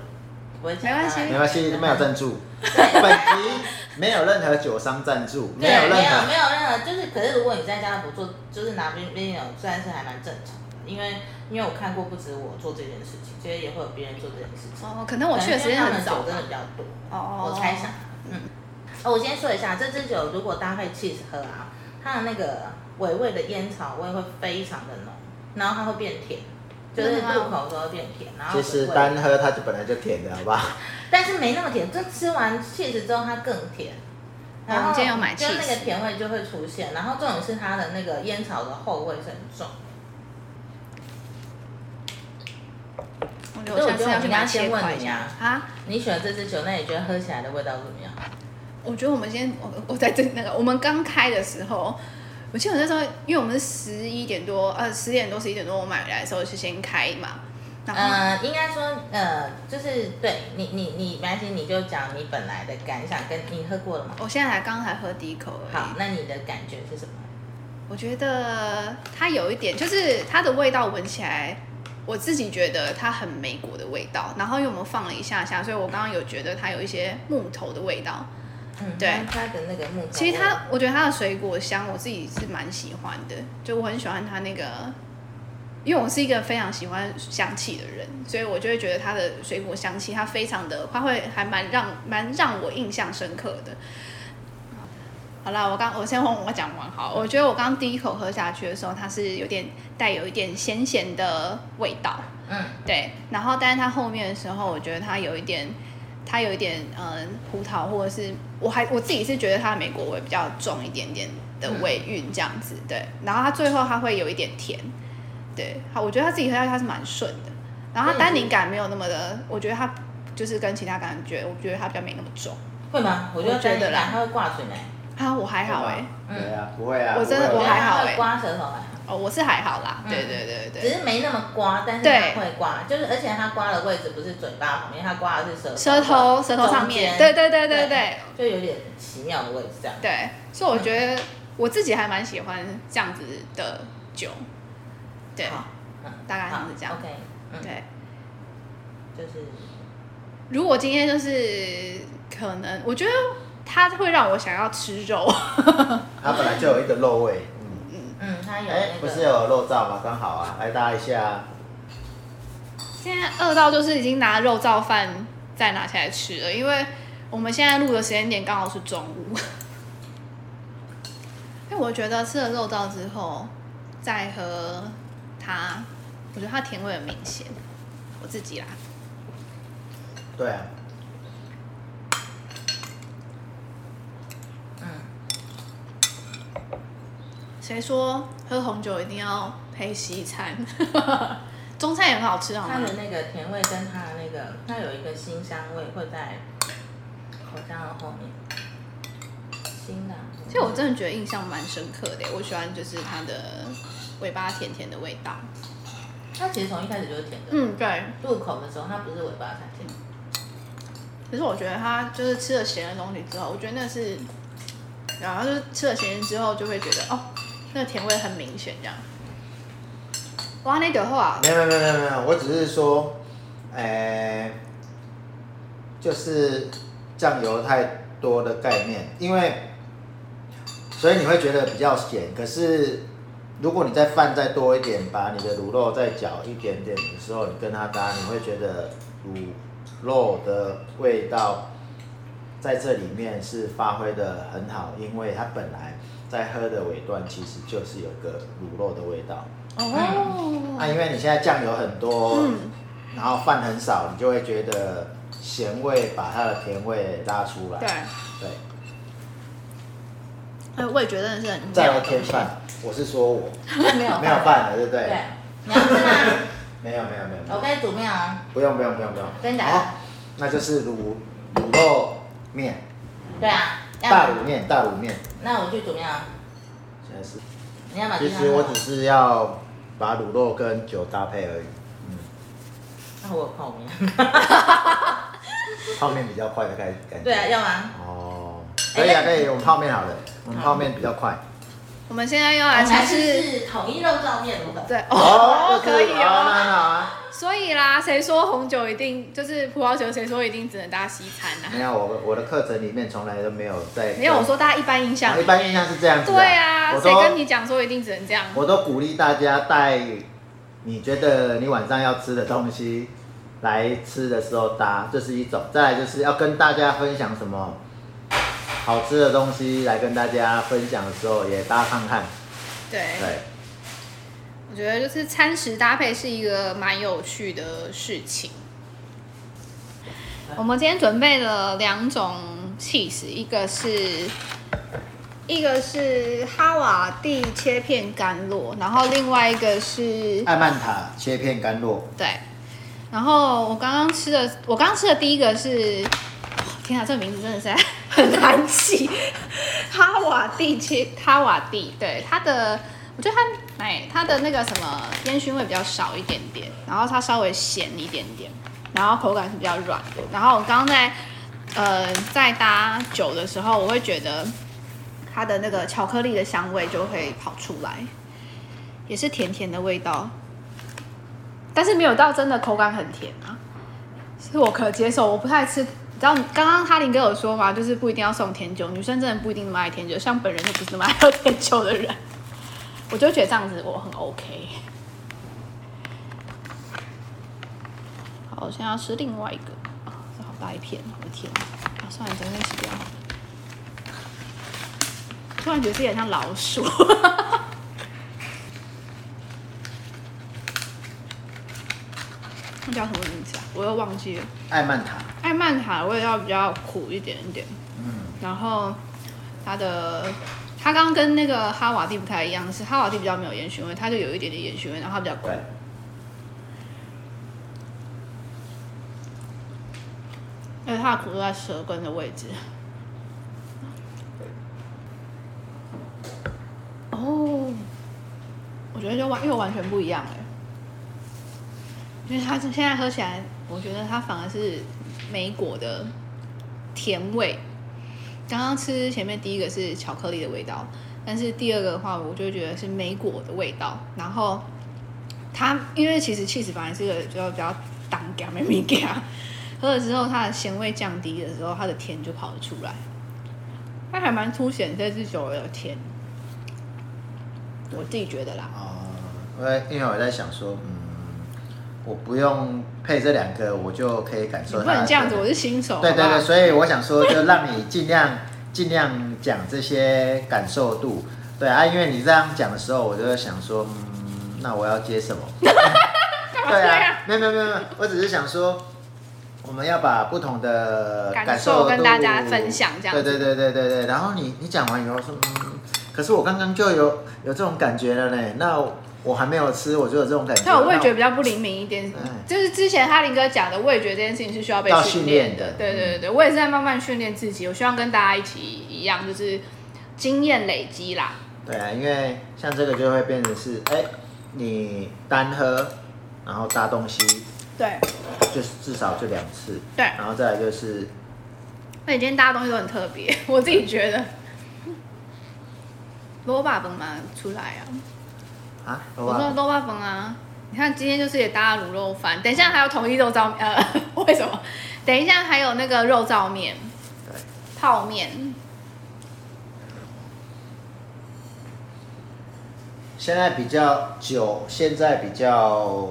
我会讲没关系到没关系，没有赞助，对本集没有任何酒商赞助，对， 没有没有没任有何。任何，就是可是如果你在家乐福做，就是拿冰冰牛，算是还蛮正常的，因为因为我看过不止我做这件事情，其实也会有别人做这件事情。哦，可能我去的时间可能因很为他们早酒真吧的，比较多，哦，我猜想，嗯。哦，我先说一下，这支酒如果搭配 cheese 喝啊，它的那个尾味的烟草味会非常的浓，然后它会变甜，就是真的吗入口的时候会变甜，然后其实尾味单喝它就本来就甜的，好不好？但是没那么甜，就吃完 cheese 之后它更甜。然我哦后们今天有买就那 cheese 个甜味就会出现，然后重点是它的那个烟草的后味是很重，我觉得我下次要去把它切块一下所以我觉得我们应该先问啊。你选这支酒，那你觉得喝起来的味道怎么样？我觉得我们先，我我在这那个我们刚开的时候，我记得我那时候，因为我们是十一点多，呃，十点多十一点多我买来的时候是先开嘛，然后、呃，应该说，呃，就是对你，你，你，没关系，你就讲你本来的感想，跟你喝过了吗？我现在才刚才喝第一口而已。好，那你的感觉是什么？我觉得它有一点，就是它的味道闻起来，我自己觉得它很美国的味道。然后因为我们放了一下下，所以我刚刚有觉得它有一些木头的味道。嗯，对它的那个木头味，其实它，我觉得它的水果香，我自己是蛮喜欢的，就我很喜欢它那个，因为我是一个非常喜欢香气的人，所以我就会觉得它的水果香气，它非常的，它会还蛮让蛮让我印象深刻的。好啦，我刚我先问我讲完好，我觉得我刚第一口喝下去的时候，它是有点带有一点咸咸的味道，嗯，对，然后但是它后面的时候，我觉得它有一点，它有一点嗯葡萄或者是我还我自己是觉得它的美国味比较重一点点的尾韵这样子，对，然后它最后它会有一点甜，对，好，我觉得它自己喝下去它是蛮顺的，然后它单宁感没有那么的，我觉得它就是跟其他感觉，我觉得它比较没那么重会吗？我觉得我觉得单宁啦感它会挂嘴眉，啊，我还好哎、嗯对啊，不会啊，我真的不我会啊还好它欸会刮舌头哎。哦，我是还好啦，嗯对对对对只是没那么刮，但是对它会刮，就是而且它刮的位置不是嘴巴旁边，它刮的是舌头舌头舌头上面，对对对对对，就有点奇妙的位置这样。对，所以我觉得我自己还蛮喜欢这样子的酒，对，好，嗯，大概像是这样好 OK，嗯，对。就是如果今天就是可能，我觉得它会让我想要吃肉， 它本来就有一个肉味。嗯，嗯，它有哎那，不个是有肉燥吗？刚好啊，来搭一下。现在饿到就是已经拿肉燥饭再拿起来吃了，因为我们现在录的时间点刚好是中午。 因为我觉得吃了肉燥之后再喝它，我觉得它甜味很明显，我自己啦。对啊，嗯，谁说喝红酒一定要配西餐？ 中餐也很好吃，好它吗的？那个甜味跟它的那个，它有一个辛香味会在口腔的后面，辛辣。其实我真的觉得印象蛮深刻的，我喜欢就是它的尾巴甜甜的味道。它其实从一开始就是甜的。嗯，对。入口的时候它不是尾巴才甜，可是我觉得他就是吃了咸的东西之后，我觉得那是，然后就是吃了咸的之后就会觉得哦，那个甜味很明显这样。哇，那的话，没有没有没有没有没有，我只是说，呃，就是酱油太多的概念，因为所以你会觉得比较咸，可是如果你再饭再多一点，把你的卤肉再搅一点点的时候，你跟它搭，你会觉得卤肉的味道在这里面是发挥的很好，因为它本来在喝的尾段其实就是有个卤肉的味道。哦，啊，因为你现在酱油很多，嗯然后饭很少，你就会觉得咸味把它的甜味拉出来。对，对，哎，味觉真的是很再妙来的添东西饭，我是说我没有没有饭。饭了，对不对？对，你要吃吗？没有没有没有没有，我可以煮面啊。不用不用不用不用。真的啊好，那就是卤卤肉面，对啊，要大卤面大卤面。那我去煮面啊。现在是，你要把其鸡汤实喝我完只是要把卤肉跟酒搭配而已。嗯，那我有泡面。泡面比较快的感感觉。对啊，要哎吗？哦，可以啊可以，我们泡面好了，我们泡面比较快。我们现在要我来们尝来试，试试统一肉燥面如何？对哦，就是可以那哦。那啊，所以啦，谁说红酒一定就是葡萄酒？谁说一定只能搭西餐没啊？有我我的课程里面从来都没有在没有，我说大家一般印象啊一。般印象是这样子的，对啊，我谁跟都你讲说一定只能这样？我都鼓励大家带你觉得你晚上要吃的东西来吃的时候搭，这是一种；再来就是要跟大家分享什么好吃的东西来跟大家分享的时候也搭看看，对，对。我觉得就是餐食搭配是一个蛮有趣的事情。我们今天准备了两种 cheese，一个是一个是哈瓦蒂切片甘露，然后另外一个是艾曼塔切片甘露，对，然后我刚刚吃的，我刚刚吃的第一个是，哇天啊，这个名字真的是 很难记，哈瓦蒂切哈瓦蒂，对它的，我觉得它哎它的那个什么烟熏味比较少一点点，然后它稍微咸一点点，然后口感是比较软的，然后我刚刚在呃在搭酒的时候，我会觉得它的那个巧克力的香味就会跑出来，也是甜甜的味道。但是没有到真的口感很甜啊，是我可接受。我不太吃，你知道刚刚哈林跟我说嘛，就是不一定要送甜酒，女生真的不一定那么爱甜酒，像本人就不是那么爱喝甜酒的人， 我就觉得这样子我很 OK。好，我现在要吃另外一个，啊，这好大一片，我的天啊！算了，整个吃掉好了。突然觉得自己很像老鼠。 那叫什么名字啊？我又忘记了。艾曼塔，艾曼塔的味道比较苦一点点，嗯，然后它的它刚刚跟那个哈瓦蒂不太一样，是哈瓦蒂比较没有烟熏味，它就有一点点烟熏味，然后它比较苦对。，而且它的苦都在舌根的位置。哦，我觉得就完又完全不一样哎，因为它现在喝起来，我觉得它反而是梅果的甜味。刚刚吃前面第一个是巧克力的味道，但是第二个的话，我就觉得是梅果的味道。然后它因为其实 cheese 本来是一个比较比较当家没米家，喝了之后它的咸味降低的时候，它的甜就跑了出来。它还蛮凸显这支酒的甜，我自己觉得啦。哦，因为因为我在想说，嗯，我不用配这两个，我就可以感你受不它的能这样子，甜我是新手，对对好不对，好所以我想说，就让你尽量尽量讲这些感受度。对啊，因为你这样讲的时候，我就会想说，嗯，那我要 接什么？干嘛对这啊样？，没有没有没有，没有我只是想说，我们要把不同的感受受跟度大家分享这样对子对对对对对。然后你你讲完以后说，嗯，可是我刚刚就有有这种感觉了呢。那我还没有吃，我就有这种感觉。但我味觉那比较不灵敏一点嗯，就是之前哈林哥讲的味觉这件事情是需要被要训训练练的对对对对，我也是在慢慢训练自己，我希望跟大家一起一样，就是经验累积啦。对啊，因为像这个就会变成是，哎、你单喝然后大洞溪对，就是至少就两次，对然后再来就是那你今天大家东西都很特别，我自己觉得。萝卜粉嘛出来啊！啊，我说哇，萝卜粉啊，你看今天就是也搭了卤肉饭，等一下还有统一肉燥呃， 为什么？等一下还有那个肉燥面、对，泡面，现在比较酒，现在比较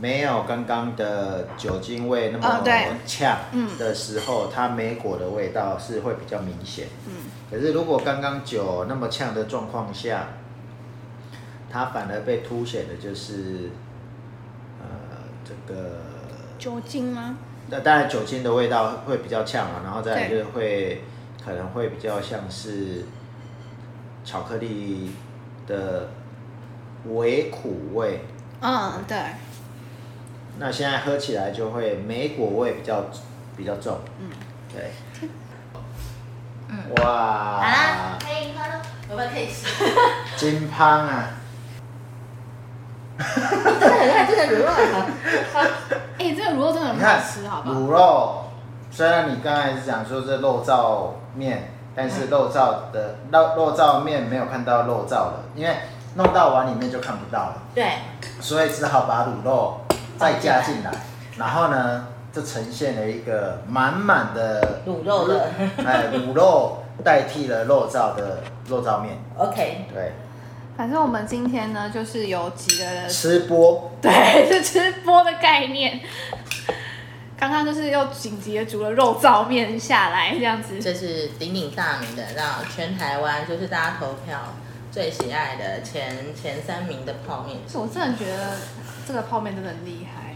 没有刚刚的酒精味那哦么对呛嗯的时候，它梅果的味道是会比较明显。嗯，可是如果刚刚酒那么呛的状况下，它反而被凸显的就是，呃，这个酒精吗？那当然酒精的味道会比较呛啊，然后再来对就是会可能会比较像是巧克力的微苦味，嗯，对，那现在喝起来就会莓果味比较比较重，嗯，对，嗯，哇，好啊啦，可以喝了，我们可以吃。金胖啊！ 真的很爱这个卤肉啊，哎、这个卤肉真的很你好看吃，好不好？卤肉，虽然你刚才是讲说这肉燥面，但是肉燥的肉肉燥面没有看到肉燥了，因为弄到碗里面就看不到了， 对，所以只好把卤肉再加进来，然后呢，就呈现了一个满满的卤肉的 哎，卤肉代替了肉燥的肉燥面， ，OK，对，反正我们今天呢，就是有几个 呃吃播。对，是吃播的概念。刚刚就是又紧急的煮了肉燥面下来，这样子。这是鼎鼎大名的，让全台湾就是大家投票最喜爱的前前三名的泡面。我真的觉得这个泡面真的很厉害。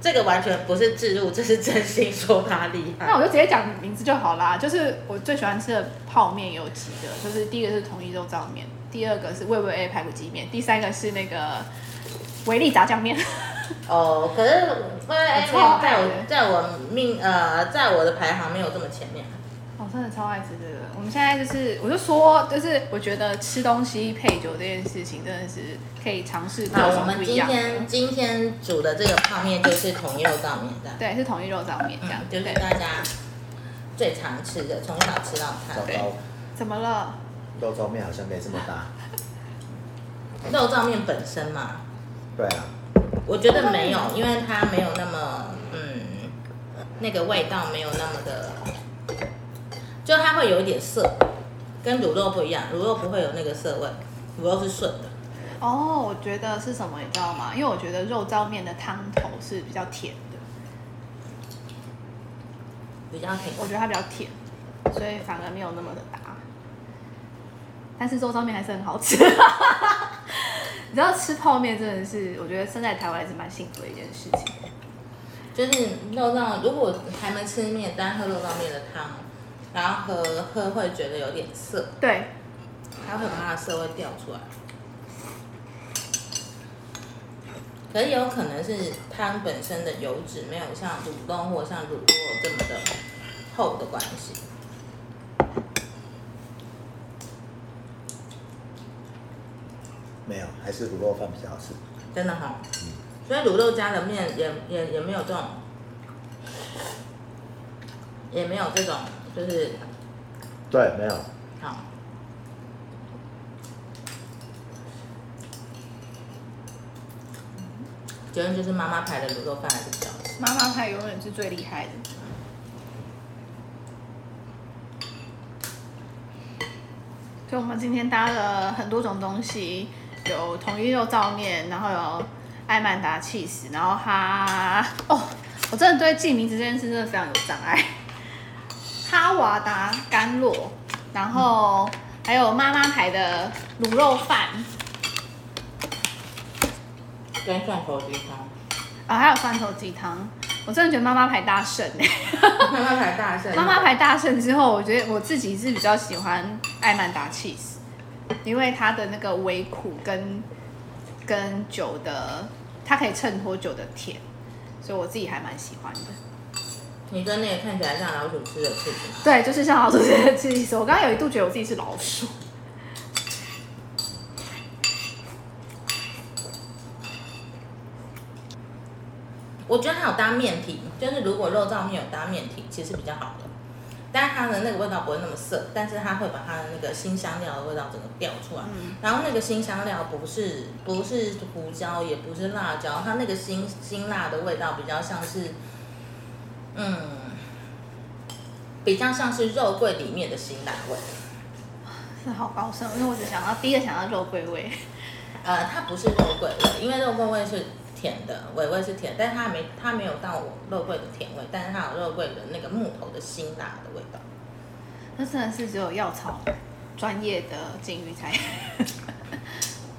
这个完全不是置入，这是真心说他厉害。那我就直接讲名字就好啦。就是我最喜欢吃的泡面有几个，就是第一个是统一肉燥面，第二个是味味 A 排骨鸡面，第三个是那个维力炸酱面。 哦，可是因为 A 超在爱我的在我命呃在我的排行没有这么前面。我哦真的超爱吃这个。我们现在就是，我就说，就是我觉得吃东西配酒这件事情真的是可以尝试各那我种不们一今样的。天今天煮的这个泡面就是统一肉燥面的，对，是统一肉燥面这样嗯，。就对。是大家最常吃的，从小吃到糟大。糕，怎么了？肉燥面好像没这么大。肉燥面本身嘛，对啊，我觉得没有，因为它没有那么嗯，那个味道没有那么的，就它会有一点涩，跟卤肉不一样，卤肉不会有那个涩味，卤肉是顺的。哦，我觉得是什么，你知道吗？因为我觉得肉燥面的汤头是比较甜的，比较甜。我觉得它比较甜，所以反而没有那么的搭。但是肉燥面还是很好吃。你知道吃泡面真的是，我觉得生在台湾还是蛮幸福的一件事情。就是肉燥，如果还没吃面，单喝肉燥面的汤，然后喝喝会觉得有点涩，对，它会把它的涩味掉出来。可是有可能是汤本身的油脂没有像卤肉或像卤肉这么的厚的关系。没有，还是卤肉饭比较好吃。真的哈、所以卤肉加的面也也也没有这种，也没有这种就是对，没有。好。嗯结论就是妈妈牌的卤肉饭还是比较好吃。妈妈派永远是最厉害的。所以我们今天搭了很多种东西，有统一肉燥面，然后有艾曼达 cheese，然后哈哦，我真的对记名字这件事真的非常有障碍。哈瓦达甘露，然后还有妈妈牌的卤肉饭，跟蒜头鸡汤，啊、还有蒜头鸡汤。我真的觉得妈妈牌大胜哎、妈妈牌大胜。妈妈牌大胜之后，我觉得我自己是比较喜欢艾曼达 cheese，因为它的那个微苦跟跟酒的，它可以衬托酒的甜，所以我自己还蛮喜欢的。你跟那个看起来像老鼠吃的刺激吗？对，就是像老鼠吃的 cheese，我刚刚有一度觉得我自己是老 鼠。我觉得它有搭面体，就是如果肉燥面有搭面体，其实比较好的。但是它的那个味道不会那么涩，但是它会把它的那个辛香料的味道整个调出来。嗯然后那个辛香料不是不是胡椒，也不是辣椒，它那个辛辛辣的味道比较像是，嗯，比较像是肉桂里面的辛辣味。是好高深，因为我只想要第一个想要肉桂味，呃，它不是肉桂味，因为肉桂味是甜的，尾味是甜，但是它没它没有到我肉桂的甜味，但是它有肉桂的那个木头的辛辣的味道。那真的是只有药草专业的金鱼才。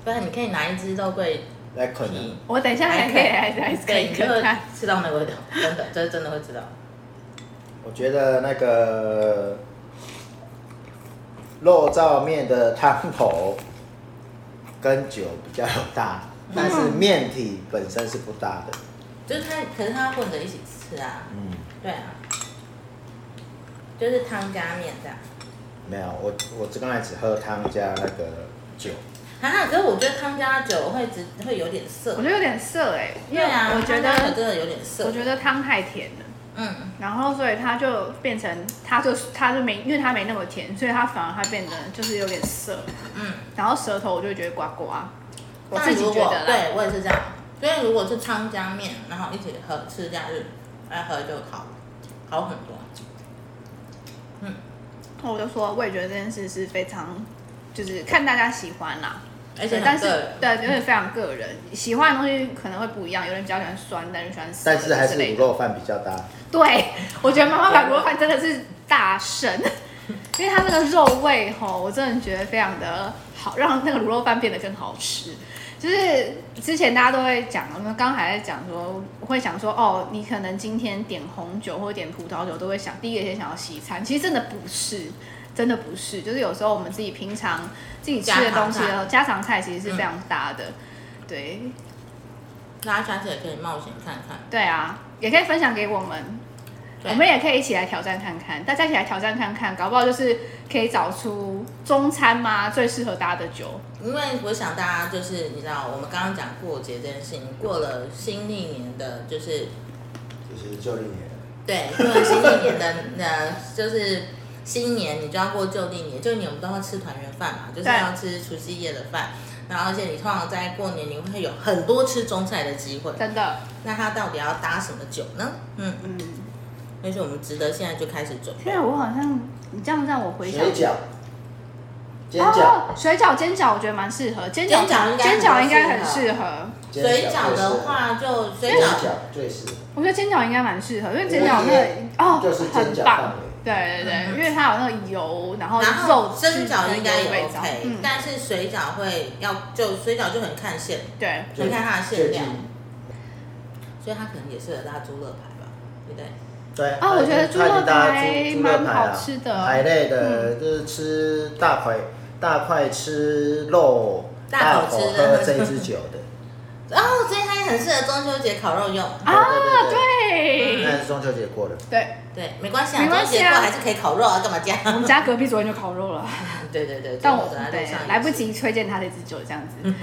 不然你可以拿一支肉桂那可能皮，我等一下 还可以还还是可对，以你就会看看。吃到那个味道，真的，这是真的会吃到。我觉得那个肉燥面的汤头跟酒比较有搭，但是嗯面体本身是不搭的。就是它，可是它混着一起吃啊，嗯，对啊，就是汤加面这样。没有，我我刚才只喝汤加那个酒，啊，可是我觉得汤加酒会只会有点涩我觉，得有点涩哎、因对为啊，我觉汤加酒得真的有点涩。我觉得汤太甜了，嗯，然后所以它就变成它就它就没因为它没那么甜，所以它反而它变得就是有点涩，嗯，然后舌头我就会觉得呱呱，我那自己如觉果得啦。对我也是这样，所以如果是汤加面，然后一起喝吃假日来喝就好，好很多。我就说我也觉得这件事是非常就是看大家喜欢啦，而对且很但是个人对，因为非常个人，喜欢的东西可能会不一样，有人比较喜欢酸，有人喜欢涩，但是还是之类卤的。肉饭比较搭。对，我觉得妈妈版卤肉饭真的是大神，因为它那个肉味吼，我真的觉得非常的好，让那个卤肉饭变得更好吃。就是之前大家都会讲，我们刚还在讲说，会想说哦，你可能今天点红酒或者点葡萄酒，都会想第一个先想要西餐，其实真的不是，真的不是，就是有时候我们自己平常自己吃的东西的时候，家常菜其实是非常搭的，对大家下次也可以冒险看看。对啊，也可以分享给我们，对我们也可以一起来挑战看看，大家一起来挑战看看，搞不好就是可以找出中餐嘛最适合搭的酒。因为我想大家就是你知道，我们刚刚讲过节这件事情，过了新历年的，就是就是旧历年，对，过了新历年的呃，就是新年你就要过旧历年，旧历年我们都会吃团圆饭嘛，就是对要吃除夕夜的饭，然后而且你通常在过年你会有很多吃中菜的机会，真的，那它到底要搭什么酒呢？嗯，嗯，也许我们值得现在就开始准备现在。啊我好像你这样让我回想水，饺、煎饺、哦，水饺、煎饺我觉得蛮适合，煎煎饺应饺、该很煎饺应该很适合适合，煎水最饺适合的，话就水煎饺，饺最适合。我觉得煎饺应该蛮适合，因为煎饺因为那个哦就是煎很饺棒范，围，对对对，嗯因为它有那个油，然后然后肉蒸饺应该也有味道 OK，、嗯，但是水饺会要就水饺就很看馅，对，最你看它的馅最料近所以它可能也适合拉猪肋排吧，对不对？对啊我觉得猪肉排蛮好吃的嗯海啊类的就是吃大块大块吃肉，大口口吃肉喝这一支酒的。然后哦所以它也很适合中秋节烤肉用， 啊对对那是中秋节过了，对，对，没关系啊，没中关秋系节过啊还是可以烤肉啊，干嘛这我样？们家隔壁昨天就烤肉了，对对对，但我走在路对上也来不是，及推荐他这支酒这样子，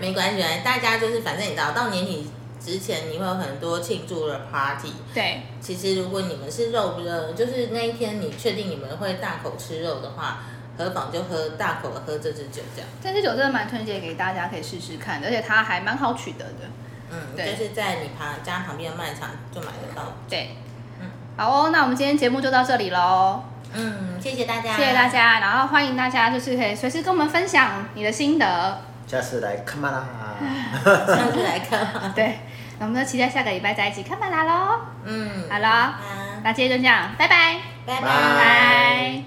没关系，大家就是反正你知道，到年底之前你会有很多庆祝的 party。对，其实如果你们是肉不热，就是那一天你确定你们会大口吃肉的话，何妨就喝大口的喝这支酒这样。这支酒真的蛮推荐给大家可以试试看的，而且它还蛮好取得的。嗯，对就是在你旁家旁边的卖场就买得到。对，嗯好哦，那我们今天节目就到这里喽，嗯，谢谢大家，谢谢大家，然后欢迎大家就是可以随时跟我们分享你的心得，下次来看嘛啦。上次来看。对，那我们就期待下个礼拜再一起看曼啦喽。嗯，好了，啊，那今天就这样，拜拜，拜拜拜。拜。